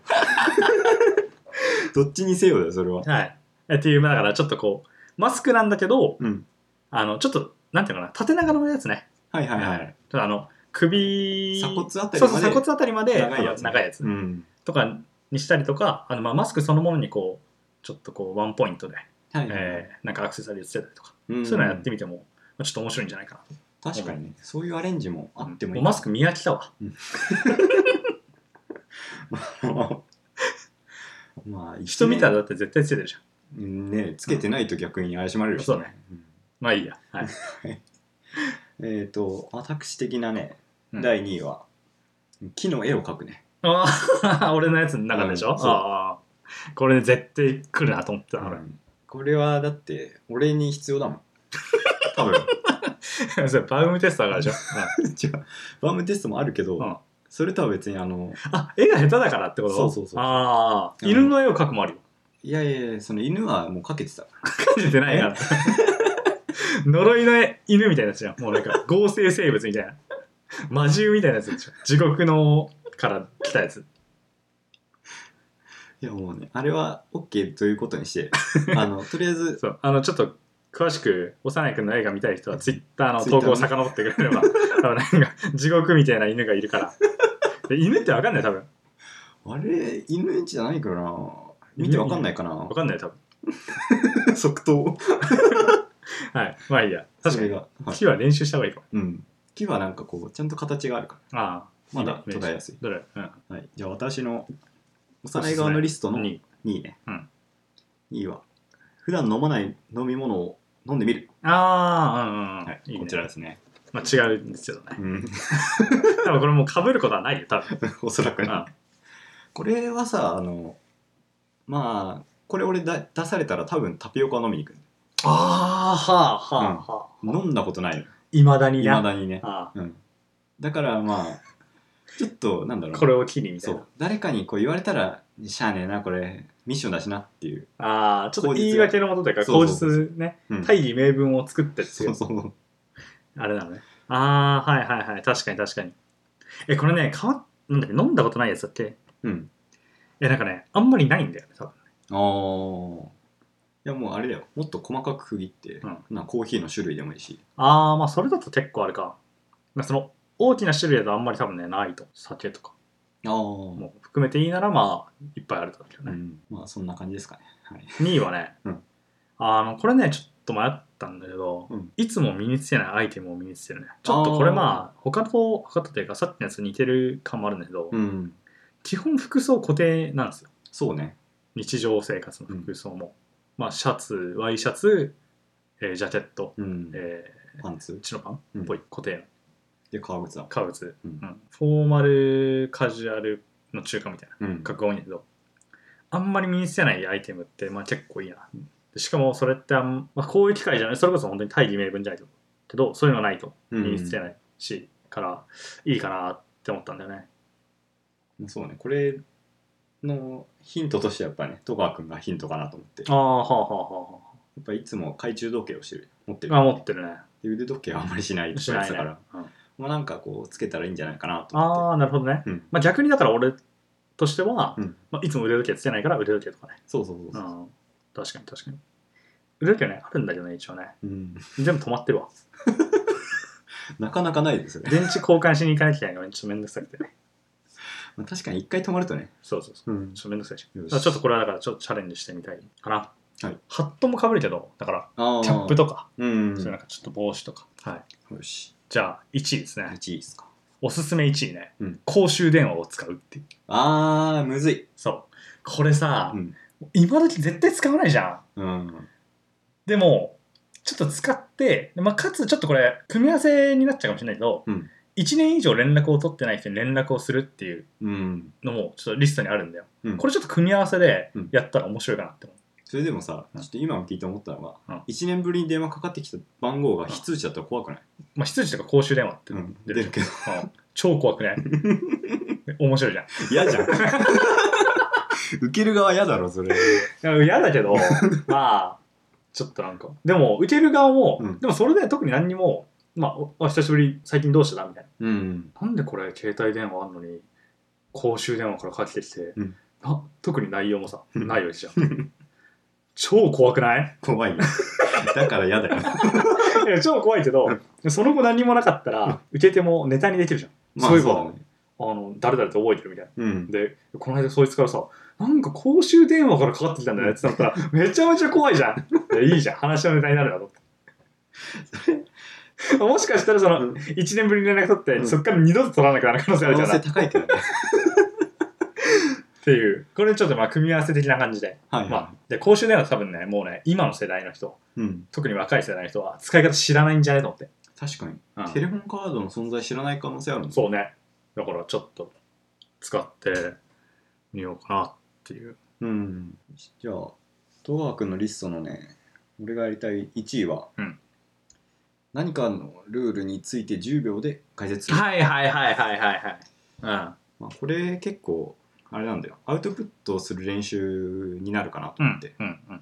[SPEAKER 2] どっちにせよだよそれは
[SPEAKER 1] はい。っていう、まあだからちょっとこう、マスクなんだけど、
[SPEAKER 2] うん
[SPEAKER 1] あの、ちょっと、なんていうのかな、縦長のやつね。
[SPEAKER 2] はいはいはい
[SPEAKER 1] ちょっとあの、首、
[SPEAKER 2] 鎖骨あたりまで
[SPEAKER 1] そうそう鎖骨あたりまで
[SPEAKER 2] 長いやつ
[SPEAKER 1] あの長いやつ
[SPEAKER 2] うん
[SPEAKER 1] とかにしたりとか、あの、まあ、マスクそのものにこう、ちょっとこう、ワンポイントで、
[SPEAKER 2] はいはい
[SPEAKER 1] えーなんかアクセサリーをつけたりとか、
[SPEAKER 2] うん
[SPEAKER 1] そういうのやってみても、まあちょっと面白いんじゃないかな。
[SPEAKER 2] 確かにねそういうアレンジもあってもいい
[SPEAKER 1] もうマスク見飽きたわ
[SPEAKER 2] まあ
[SPEAKER 1] 人見たら
[SPEAKER 2] ら
[SPEAKER 1] だって絶対ついてるじゃん
[SPEAKER 2] ねつけてないと逆に怪しまれるし
[SPEAKER 1] そうね
[SPEAKER 2] うん
[SPEAKER 1] まあいいや、はい、
[SPEAKER 2] えっと私的なね
[SPEAKER 1] うん
[SPEAKER 2] 第2位は木の絵を描くね
[SPEAKER 1] ああ 俺のやつの中でしょ、
[SPEAKER 2] うんそう
[SPEAKER 1] ああこれ絶対来るなと思ってたの、
[SPEAKER 2] うんこれはだって俺に必要だもん多分
[SPEAKER 1] 俺 それバウムテスターからでしょ、
[SPEAKER 2] 違うバームテストもあるけど、
[SPEAKER 1] うん
[SPEAKER 2] それとは別にあの
[SPEAKER 1] あ絵が下手だからってこと
[SPEAKER 2] そうそうそう
[SPEAKER 1] ああ
[SPEAKER 2] うん
[SPEAKER 1] 犬の絵を描くもあるよ
[SPEAKER 2] いやいやいやその犬はもうかけてた
[SPEAKER 1] 感じてないな 呪いの絵犬みたいなやつじゃんもうなんか合成生物みたいな魔獣みたいなやつでしょ地獄のから来たやつ
[SPEAKER 2] いやもうねあれは OK ということにして あのとりあえず
[SPEAKER 1] そうあのちょっと詳しく幼い君の映画見たい人はツイッターの
[SPEAKER 2] Twitter ね
[SPEAKER 1] 投稿を遡ってくれれば多分なんか地獄みたいな犬がいるからで犬って分かんない多分
[SPEAKER 2] あれ犬じゃないからな見てわかんないかな
[SPEAKER 1] 分かんない多分
[SPEAKER 2] 即答
[SPEAKER 1] はいまあいいや確
[SPEAKER 2] そ
[SPEAKER 1] か
[SPEAKER 2] れ
[SPEAKER 1] に
[SPEAKER 2] が、はい
[SPEAKER 1] 木は練習した方がいいかも
[SPEAKER 2] うん、木はなんかこうちゃんと形があるか
[SPEAKER 1] ああ
[SPEAKER 2] まだ
[SPEAKER 1] いいね
[SPEAKER 2] 捉えやすい
[SPEAKER 1] どれうん
[SPEAKER 2] ら、はい、じゃあ私の幼い側のリストの2
[SPEAKER 1] に
[SPEAKER 2] 位ね、
[SPEAKER 1] うん
[SPEAKER 2] 2位は普段飲まない飲み物を飲んでみる、
[SPEAKER 1] ああうんうんうん、
[SPEAKER 2] はい
[SPEAKER 1] いいね
[SPEAKER 2] こちらですね、
[SPEAKER 1] まあ、違うんですけどね
[SPEAKER 2] うん
[SPEAKER 1] 多分これもうかぶることはないよ多分
[SPEAKER 2] おそらくね
[SPEAKER 1] あ
[SPEAKER 2] これはさあのまあこれ俺だ出されたら多分タピオカ飲みに行く
[SPEAKER 1] あーはあはあはあ
[SPEAKER 2] 飲んだことない
[SPEAKER 1] いまだに
[SPEAKER 2] い
[SPEAKER 1] な
[SPEAKER 2] まだにね、
[SPEAKER 1] あ
[SPEAKER 2] うん、だからまあちょっとなんだろう
[SPEAKER 1] あこれを機にみた
[SPEAKER 2] そ
[SPEAKER 1] いな
[SPEAKER 2] う誰かにこう言われたらしゃあねえなこれミッションだしなっていう、
[SPEAKER 1] ああちょっと言い訳のもとというか
[SPEAKER 2] 口
[SPEAKER 1] 口
[SPEAKER 2] 実
[SPEAKER 1] 実
[SPEAKER 2] が
[SPEAKER 1] ね
[SPEAKER 2] うん
[SPEAKER 1] 大義名分を作ってってい
[SPEAKER 2] そううそう
[SPEAKER 1] あれなのね。ああ、はいはいはい。確かに確かに。え、これね、変わっなんだっけ、飲んだことないやつだっけ
[SPEAKER 2] うん
[SPEAKER 1] え、なんかね、あんまりないんだよね、多分。
[SPEAKER 2] ああいやもうあれだよもっと細かく区切って、
[SPEAKER 1] うん
[SPEAKER 2] なコーヒーの種類でもいいし
[SPEAKER 1] ああ、まあそれだと結構あれか。まあその、大きな種類だとあんまり多分ね、ないと。酒とか
[SPEAKER 2] ああ
[SPEAKER 1] も含めていいなら、まあ、いっぱいあるだろうけど
[SPEAKER 2] う
[SPEAKER 1] ね。
[SPEAKER 2] ん、まあそんな感じですかね、はい、
[SPEAKER 1] 2位はね、
[SPEAKER 2] うん
[SPEAKER 1] あの、これね、ちょっと迷ったんだけど、
[SPEAKER 2] うん
[SPEAKER 1] いつも身につけないアイテムを身につけるね。ちょっとこれまあ、他と、他とというか、さっきのやつと似てる感もあるんだけど、
[SPEAKER 2] うん
[SPEAKER 1] 基本服装固定なんですよ。
[SPEAKER 2] そうね
[SPEAKER 1] 日常生活の服装も、まあ、シャツワイシャツ、えージャケット、
[SPEAKER 2] うん
[SPEAKER 1] え
[SPEAKER 2] パンツ
[SPEAKER 1] ー、チノパ
[SPEAKER 2] う
[SPEAKER 1] ン
[SPEAKER 2] ん
[SPEAKER 1] っぽい固定の
[SPEAKER 2] で革靴だ
[SPEAKER 1] 革靴、う
[SPEAKER 2] う
[SPEAKER 1] んんフォーマルカジュアルの中華みたいな
[SPEAKER 2] うん
[SPEAKER 1] 格好が多いんだけどあんまり身につけないアイテムって、まあ、結構いいなでしかもそれってあん、まあ、こういう機会じゃないそれこそ本当に大義名分じゃないけどそういうのがないと
[SPEAKER 2] うん
[SPEAKER 1] 演出じゃないし、からいいかなって思ったんだよね
[SPEAKER 2] まあそうねこれのヒントとしてはやっぱね戸川君がヒントかなと思って
[SPEAKER 1] あ
[SPEAKER 2] や
[SPEAKER 1] あはあはあは
[SPEAKER 2] っぱいつも懐中時計をしてる持って
[SPEAKER 1] あ
[SPEAKER 2] る
[SPEAKER 1] まあ持ってるね
[SPEAKER 2] で腕時計はあんまりしないと
[SPEAKER 1] し
[SPEAKER 2] か言っ
[SPEAKER 1] ないね、
[SPEAKER 2] てたから
[SPEAKER 1] うん
[SPEAKER 2] まあなんかこうつけたらいいんじゃないかなと思って
[SPEAKER 1] ああなるほどね、
[SPEAKER 2] うん
[SPEAKER 1] まあ、逆にだから俺としては、
[SPEAKER 2] うん
[SPEAKER 1] まあ、いつも腕時計つけないから腕時計とかね、
[SPEAKER 2] そうそうそう
[SPEAKER 1] う、
[SPEAKER 2] そうん
[SPEAKER 1] 確かに確かに腕時計ねあるんだけどね一応ね
[SPEAKER 2] うん
[SPEAKER 1] 全部止まってるわ
[SPEAKER 2] なかなかないですよね、
[SPEAKER 1] 電池交換しに行かなきゃいけないからちょっとめんどくさくてね
[SPEAKER 2] まあ、確かに一回止まるとね、
[SPEAKER 1] そうそうそう
[SPEAKER 2] うん
[SPEAKER 1] ちょっとめんどくさいし
[SPEAKER 2] よ
[SPEAKER 1] だ
[SPEAKER 2] し
[SPEAKER 1] からちょっとこれはだからちょっとチャレンジしてみたいかな
[SPEAKER 2] はい
[SPEAKER 1] ハットもかぶるけどだから
[SPEAKER 2] あー
[SPEAKER 1] キャップとか、
[SPEAKER 2] うん
[SPEAKER 1] そういうなんかちょっと帽子とか、はい
[SPEAKER 2] よし
[SPEAKER 1] じゃあ1位ですね
[SPEAKER 2] 1位ですか
[SPEAKER 1] おすすめ1位ね、
[SPEAKER 2] うん
[SPEAKER 1] 公衆電話を使うっていう
[SPEAKER 2] あーむずい
[SPEAKER 1] そうこれさ、
[SPEAKER 2] うん、
[SPEAKER 1] 今時絶対使わないじゃん
[SPEAKER 2] うん、
[SPEAKER 1] でもちょっと使って、まあ、かつちょっとこれ組み合わせになっちゃうかもしれないけど、
[SPEAKER 2] うん
[SPEAKER 1] 1年以上連絡を取ってない人に連絡をするっていう
[SPEAKER 2] うん、
[SPEAKER 1] のもちょっとリストにあるんだよ、
[SPEAKER 2] うん
[SPEAKER 1] これちょっと組み合わせで
[SPEAKER 2] うん
[SPEAKER 1] やったら面白いかなって思う、
[SPEAKER 2] それでもさ、
[SPEAKER 1] うん
[SPEAKER 2] ちょっと今も聞いて思ったの
[SPEAKER 1] う
[SPEAKER 2] が、
[SPEAKER 1] ん
[SPEAKER 2] 一1年ぶりに電話かかってきた番号が非通知だったら怖くない、
[SPEAKER 1] まあ、羊とか公衆電話って
[SPEAKER 2] うん
[SPEAKER 1] 出
[SPEAKER 2] 出
[SPEAKER 1] る
[SPEAKER 2] るけど
[SPEAKER 1] うん超怖く ない面白いじゃん
[SPEAKER 2] 嫌じゃん 受ける側嫌だろそれ
[SPEAKER 1] いや嫌だけ どまあちょっとなんかでも受ける側も、
[SPEAKER 2] うん
[SPEAKER 1] でもそれで特に何にもまあおお久しぶり最近どうしてたみたいな
[SPEAKER 2] うん
[SPEAKER 1] なんでこれ携帯電話あんのに公衆電話からかけてきて、
[SPEAKER 2] うん
[SPEAKER 1] な特に内容もさ
[SPEAKER 2] うん
[SPEAKER 1] ないわけじゃん超怖く ない
[SPEAKER 2] 怖いよだから嫌だよ
[SPEAKER 1] いや超怖いけどその後何にもなかったら受けてもネタにできるじゃんそういえば
[SPEAKER 2] だね
[SPEAKER 1] あの誰々と覚えてるみたいな
[SPEAKER 2] うん
[SPEAKER 1] でこの間そいつからさなんか公衆電話からかかってきたんだよってなったらめちゃめちゃ怖いじゃんいやいいじゃん話のネタになるだろってもしかしたらその
[SPEAKER 2] うん
[SPEAKER 1] 1年ぶりに連絡取って、
[SPEAKER 2] うん
[SPEAKER 1] そっから二度と取らなくなる可能性あ
[SPEAKER 2] 可
[SPEAKER 1] るじゃ
[SPEAKER 2] 能
[SPEAKER 1] んな
[SPEAKER 2] 性
[SPEAKER 1] っ
[SPEAKER 2] 高いけどね
[SPEAKER 1] ていうこれちょっとまあ組み合わせ的な感じで,、
[SPEAKER 2] はい、はい
[SPEAKER 1] まあ、で公衆電話多分ねもうね今の世代の人
[SPEAKER 2] うん、
[SPEAKER 1] 特に若い世代の人は使い方知らないんじゃないと思って、
[SPEAKER 2] 確かに、
[SPEAKER 1] うん
[SPEAKER 2] テレフォンカードの存在知らない可能性あるもん
[SPEAKER 1] そうねだからちょっと使ってみようかなっていう
[SPEAKER 2] うんじゃあ戸川君のリストのね俺がやりたい1位は、
[SPEAKER 1] うん
[SPEAKER 2] 何かのルールについて10秒で解説する、
[SPEAKER 1] はいはいはいはいはいはいうん
[SPEAKER 2] まあ、これ結構あれなんだよアウトプットする練習になるかなと
[SPEAKER 1] う
[SPEAKER 2] 思っ
[SPEAKER 1] ん
[SPEAKER 2] て、
[SPEAKER 1] うんうん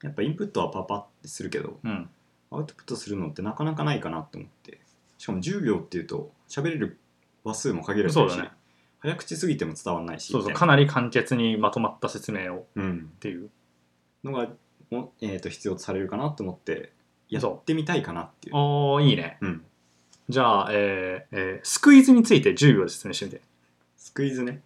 [SPEAKER 2] やっぱインプットはパパってするけど
[SPEAKER 1] うん
[SPEAKER 2] アウトプットするのってなかなかないかなと思ってしかも10秒っていうと喋れる話数も限られてるし、
[SPEAKER 1] そうだね
[SPEAKER 2] 早口すぎても伝わらないし
[SPEAKER 1] そうそう
[SPEAKER 2] みた
[SPEAKER 1] か
[SPEAKER 2] いな
[SPEAKER 1] なり簡潔にまとまった説明をっ
[SPEAKER 2] うん、
[SPEAKER 1] ていう
[SPEAKER 2] のが、もえー、と必要とされるかなと思ってや
[SPEAKER 1] そう
[SPEAKER 2] ってみたいかなっていう
[SPEAKER 1] ああいいね
[SPEAKER 2] うん、
[SPEAKER 1] じゃあ、えーえースクイズについて10秒で説明してみて
[SPEAKER 2] スクイズね。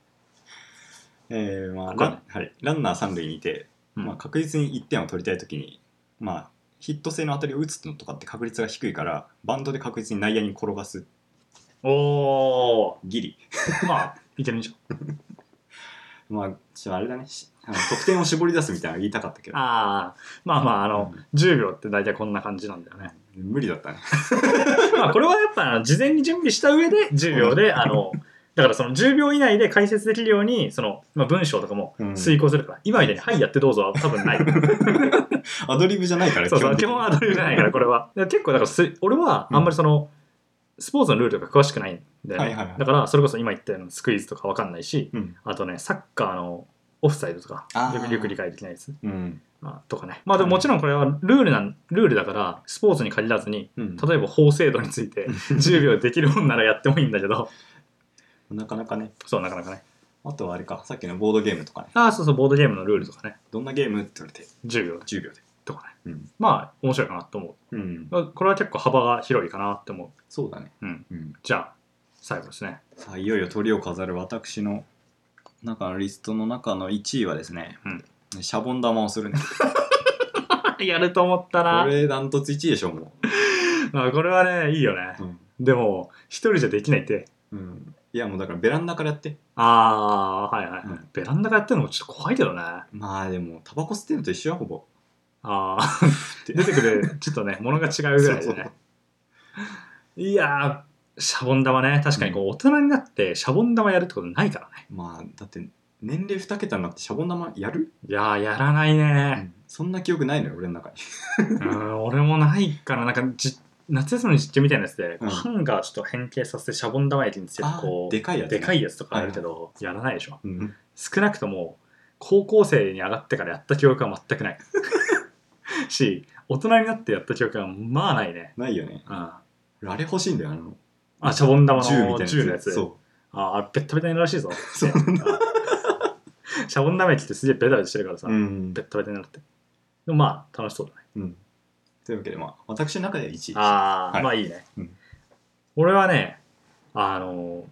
[SPEAKER 2] えーまあ
[SPEAKER 1] ここ
[SPEAKER 2] ラ
[SPEAKER 1] ね
[SPEAKER 2] ンはい、ランナー三塁にいて、
[SPEAKER 1] うん
[SPEAKER 2] まあ、確実に1点を取りたいときに、まあ、ヒット性の当たりを打つのとかって確率が低いから、バントで確実に内野に転がす、
[SPEAKER 1] おお
[SPEAKER 2] ギリ。
[SPEAKER 1] まあ いけるんじゃん
[SPEAKER 2] まあ、ちょっとあれだね、しあの得点を絞り出すみたいなの言いたかったけど、
[SPEAKER 1] ああまあまああの、10秒って大体こんな感じなんだよね
[SPEAKER 2] 無理だったね。
[SPEAKER 1] まあこれはやっぱあの事前に準備した上で10秒であのだからその10秒以内で解説できるようにその、まあ、文章とかも
[SPEAKER 2] うん
[SPEAKER 1] 遂行するから、今みたいに「はいやってどうぞ」は多 分ない
[SPEAKER 2] アドリブじゃないから、
[SPEAKER 1] そうそう
[SPEAKER 2] 的
[SPEAKER 1] 基
[SPEAKER 2] に
[SPEAKER 1] 本アドリブじゃないからこれはで結構だからす俺はあんまりその、スポーツのルールとか詳しくないんで、
[SPEAKER 2] はいはいはい
[SPEAKER 1] だからそれこそ今言ったようなスクイズとかわかんないし
[SPEAKER 2] うん。
[SPEAKER 1] あとねサッカーのオフサイドとか
[SPEAKER 2] あー
[SPEAKER 1] よくよく理解できないです、
[SPEAKER 2] うん。
[SPEAKER 1] まあ、とかねまあでももちろんこれはルールなんルールだからスポーツに限らずに
[SPEAKER 2] うん、
[SPEAKER 1] 例えば法制度につい て10秒できるもんならやってもいいんだけど
[SPEAKER 2] なかなかね、
[SPEAKER 1] そうなかなかね
[SPEAKER 2] あとはあれか、さっきのボードゲームとかね、
[SPEAKER 1] ああそうそうボードゲームのルールとかね
[SPEAKER 2] どんなゲームって言われて、
[SPEAKER 1] 10秒
[SPEAKER 2] 10秒で。
[SPEAKER 1] とかね
[SPEAKER 2] うん。
[SPEAKER 1] まあ面白いかなと思う
[SPEAKER 2] うん、
[SPEAKER 1] まあこれは結構幅が広いかなって思
[SPEAKER 2] そうだね。
[SPEAKER 1] ううん
[SPEAKER 2] うん
[SPEAKER 1] じゃあ最後ですね
[SPEAKER 2] さあいよいよ鳥を飾る私の中のリストの中の1位はですね、シャボン玉をするね
[SPEAKER 1] やると思った
[SPEAKER 2] こ
[SPEAKER 1] な
[SPEAKER 2] れダントツ1位でしょも
[SPEAKER 1] まあこれはねいいよね
[SPEAKER 2] う、うん
[SPEAKER 1] でも一人じゃできないって
[SPEAKER 2] うんいやもうだからベランダからやって
[SPEAKER 1] ああーはいはい、
[SPEAKER 2] うん
[SPEAKER 1] ベランダからやってるのもちょっと怖いけどねあ
[SPEAKER 2] まあでもタバコ吸ってるのと一緒やほぼ
[SPEAKER 1] あー 出てくるちょっとねものが違うぐらいでね
[SPEAKER 2] そう そう
[SPEAKER 1] いやーシャボン玉ね確かにこう大人になってシャボン玉やるってことないからね
[SPEAKER 2] まあだって年齢2桁になってシャボン玉やる、
[SPEAKER 1] いやーやらないね、
[SPEAKER 2] そんな記憶ないのよ俺の中に
[SPEAKER 1] うん、俺もないからなんかじ夏休みの実験みたいなやつで、
[SPEAKER 2] うん
[SPEAKER 1] ハンガーちょっと変形させてシャボン玉液につけて
[SPEAKER 2] あ
[SPEAKER 1] こ
[SPEAKER 2] ー
[SPEAKER 1] う
[SPEAKER 2] でかいやつね、
[SPEAKER 1] でかいやつとかあるけど、やらないでしょ
[SPEAKER 2] うん、
[SPEAKER 1] 少なくとも高校生に上がってからやった記憶は全 くないし大人になってやった記憶はまあないね、
[SPEAKER 2] ないよね
[SPEAKER 1] うん、あ
[SPEAKER 2] 俺あれ欲しいんだよあの
[SPEAKER 1] シャボン玉
[SPEAKER 2] 銃み
[SPEAKER 1] の
[SPEAKER 2] たいな
[SPEAKER 1] 銃のやつ
[SPEAKER 2] そ
[SPEAKER 1] ああれベッタベタになるらしいぞ
[SPEAKER 2] そうな
[SPEAKER 1] うんシャボン玉液ってすげえベタベタしてるからさ、
[SPEAKER 2] ううん
[SPEAKER 1] ベッタベタになるってでもまあ楽しそうだね
[SPEAKER 2] うんというわけでまあ私の中では1位
[SPEAKER 1] ああ、
[SPEAKER 2] はい
[SPEAKER 1] まあいいね、
[SPEAKER 2] うん
[SPEAKER 1] 俺はねあの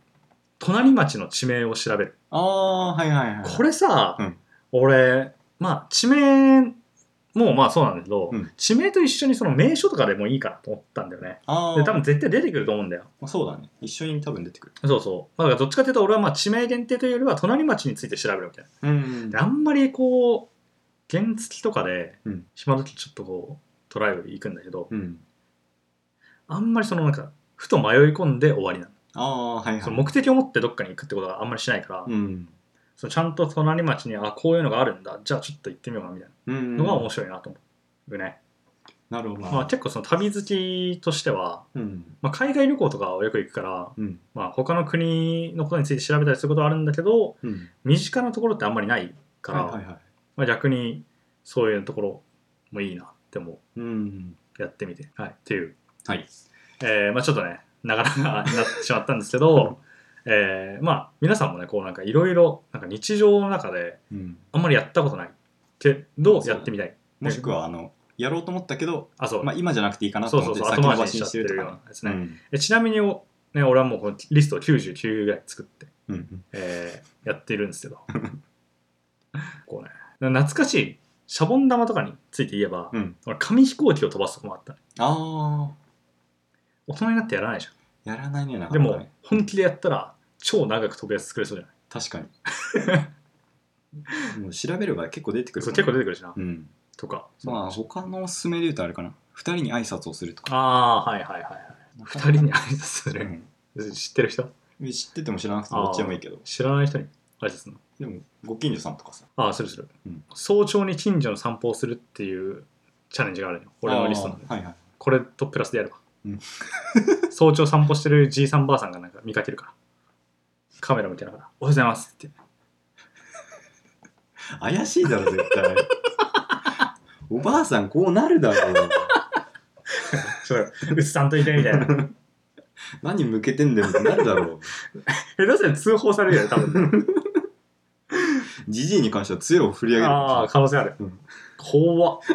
[SPEAKER 1] 隣町の地名を調べる
[SPEAKER 2] あーはいはいはい
[SPEAKER 1] これさ、
[SPEAKER 2] うん
[SPEAKER 1] 俺まあ地名もまあそうなんだけど、
[SPEAKER 2] うん
[SPEAKER 1] 地名と一緒にその名所とかでもいいかなと思ったんだよね
[SPEAKER 2] あー
[SPEAKER 1] で多分絶対出てくると思うんだよ
[SPEAKER 2] まあそうだね一緒に多分出てくる
[SPEAKER 1] そうそう、まあ、だからどっちかっていうと俺はまあ地名限定というよりは隣町について調べるみたいな
[SPEAKER 2] うん
[SPEAKER 1] であんまりこう原付とかで
[SPEAKER 2] うん
[SPEAKER 1] 暇時ちょっとこうトライブ行くんだけど、
[SPEAKER 2] うん
[SPEAKER 1] あんまりそのなんかふと迷い込んで終わりなの
[SPEAKER 2] ああーはいはい
[SPEAKER 1] その目的を持ってどっかに行くってことはあんまりしないから、
[SPEAKER 2] うん
[SPEAKER 1] そのちゃんと隣町にあこういうのがあるんだじゃあちょっと行ってみようかみたいな
[SPEAKER 2] うん
[SPEAKER 1] のが面白いなと思うね、
[SPEAKER 2] なるほどな
[SPEAKER 1] まあ、結構その旅好きとしては、
[SPEAKER 2] うん
[SPEAKER 1] まあ、海外旅行とかはよく行くから、
[SPEAKER 2] うん
[SPEAKER 1] まあ、他の国のことについて調べたりすることはあるんだけど
[SPEAKER 2] うん
[SPEAKER 1] 身近なところってあんまりないから、
[SPEAKER 2] はいはいはい
[SPEAKER 1] まあ、逆にそういうところもいいなって思
[SPEAKER 2] うん
[SPEAKER 1] うやってみて、はい、っていう、
[SPEAKER 2] はい
[SPEAKER 1] えーまあ、ちょっとね長々なってしまったんですけど、 えーまあ、皆さんもねこうなんかいろいろなんか日常の中で
[SPEAKER 2] うん
[SPEAKER 1] あんまりやったことないけど
[SPEAKER 2] そう
[SPEAKER 1] やってみたい
[SPEAKER 2] もしくはあのやろうと思ったけど
[SPEAKER 1] あそう、
[SPEAKER 2] まあ今じゃなくていいかなと
[SPEAKER 1] そう
[SPEAKER 2] 思
[SPEAKER 1] そう
[SPEAKER 2] っ
[SPEAKER 1] そ
[SPEAKER 2] て
[SPEAKER 1] う
[SPEAKER 2] 先
[SPEAKER 1] 後
[SPEAKER 2] 延
[SPEAKER 1] 回
[SPEAKER 2] ば
[SPEAKER 1] し
[SPEAKER 2] し
[SPEAKER 1] に
[SPEAKER 2] に
[SPEAKER 1] し
[SPEAKER 2] し
[SPEAKER 1] ち
[SPEAKER 2] て
[SPEAKER 1] ゃっ
[SPEAKER 2] る
[SPEAKER 1] て
[SPEAKER 2] と
[SPEAKER 1] るよ
[SPEAKER 2] か
[SPEAKER 1] う
[SPEAKER 2] ね
[SPEAKER 1] なですね、
[SPEAKER 2] うん
[SPEAKER 1] えちなみに、ね、俺はもうこのリストを99ぐらい作って、
[SPEAKER 2] うん
[SPEAKER 1] えーやっているんですけど こうね懐かしいシャボン玉とかについて言えば、
[SPEAKER 2] うん
[SPEAKER 1] 俺紙飛行機を飛ばすとかもあったね
[SPEAKER 2] あ
[SPEAKER 1] 大人になってやらないじゃ
[SPEAKER 2] あやらないねなか
[SPEAKER 1] ん
[SPEAKER 2] な
[SPEAKER 1] で
[SPEAKER 2] かね
[SPEAKER 1] も、本気でやったら超長く飛ぶやつ作れそうじゃない
[SPEAKER 2] 確 かにもう調べれば結構出てくる
[SPEAKER 1] そう結構出てくるしな、
[SPEAKER 2] うん
[SPEAKER 1] とか
[SPEAKER 2] まあ他のおすすめで言うとあれかな2人に挨拶をするとか
[SPEAKER 1] ああーはいはいはいはい2人に挨拶する、知ってる人
[SPEAKER 2] 知ってても知らなくてもどっちでもいいけど
[SPEAKER 1] 知らない人に挨拶するの
[SPEAKER 2] でもご近所さんとかさ
[SPEAKER 1] ああするする、
[SPEAKER 2] うん
[SPEAKER 1] 早朝に近所の散歩をするっていうチャレンジがあるのよ俺のリストの中で
[SPEAKER 2] あーはいはい
[SPEAKER 1] これとプラスでやれば、
[SPEAKER 2] うん
[SPEAKER 1] 早朝散歩してるじいさんばあさんがなんか見かけるからカメラ向けながら「おはようございます」って
[SPEAKER 2] 怪しいだろ絶対 おばあさんこうなるだろう
[SPEAKER 1] そううっさんといてみ たいな下
[SPEAKER 2] 何向けてんだよってなるだろう
[SPEAKER 1] 手したら通報されるよね多分
[SPEAKER 2] じじいに関しては杖を振り上げる
[SPEAKER 1] ああ可能性ある、
[SPEAKER 2] うん
[SPEAKER 1] 怖っ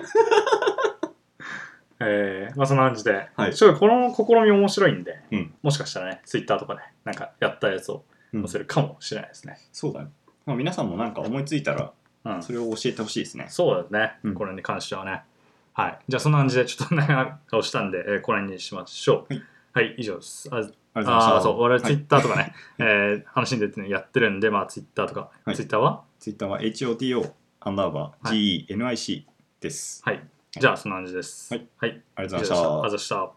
[SPEAKER 1] えー、まあそんな感じで、
[SPEAKER 2] はい
[SPEAKER 1] ちょっとこの試み面白いんで、
[SPEAKER 2] うん
[SPEAKER 1] もしかしたらねツイッターとかねなんかやったやつを載せるかもしれないですね、
[SPEAKER 2] そうだね、まあ、皆さんもなんか思いついたら
[SPEAKER 1] うん、
[SPEAKER 2] それを教えてほしいですね
[SPEAKER 1] そうですね、
[SPEAKER 2] うん
[SPEAKER 1] これに関してはね。はい。じゃあ、そんな感じで、ちょっと 長々としたんで、えーこの辺にしましょう。はい、以上です。あ
[SPEAKER 2] ありがとうございま
[SPEAKER 1] あー、
[SPEAKER 2] した
[SPEAKER 1] そう、我々
[SPEAKER 2] は
[SPEAKER 1] ツイ
[SPEAKER 2] い
[SPEAKER 1] ッターとかね、えー話に出てね、やってるんで、まあ、ツイッターとか、
[SPEAKER 2] はい
[SPEAKER 1] ツイッターは
[SPEAKER 2] ツイッターは HOTO アンダーバ
[SPEAKER 1] は
[SPEAKER 2] ー GENIC です。
[SPEAKER 1] はい。じゃあ、そんな感じです。
[SPEAKER 2] はい。
[SPEAKER 1] はい。
[SPEAKER 2] あり
[SPEAKER 1] 以上
[SPEAKER 2] が
[SPEAKER 1] でし
[SPEAKER 2] とうございました
[SPEAKER 1] ありがとうございました。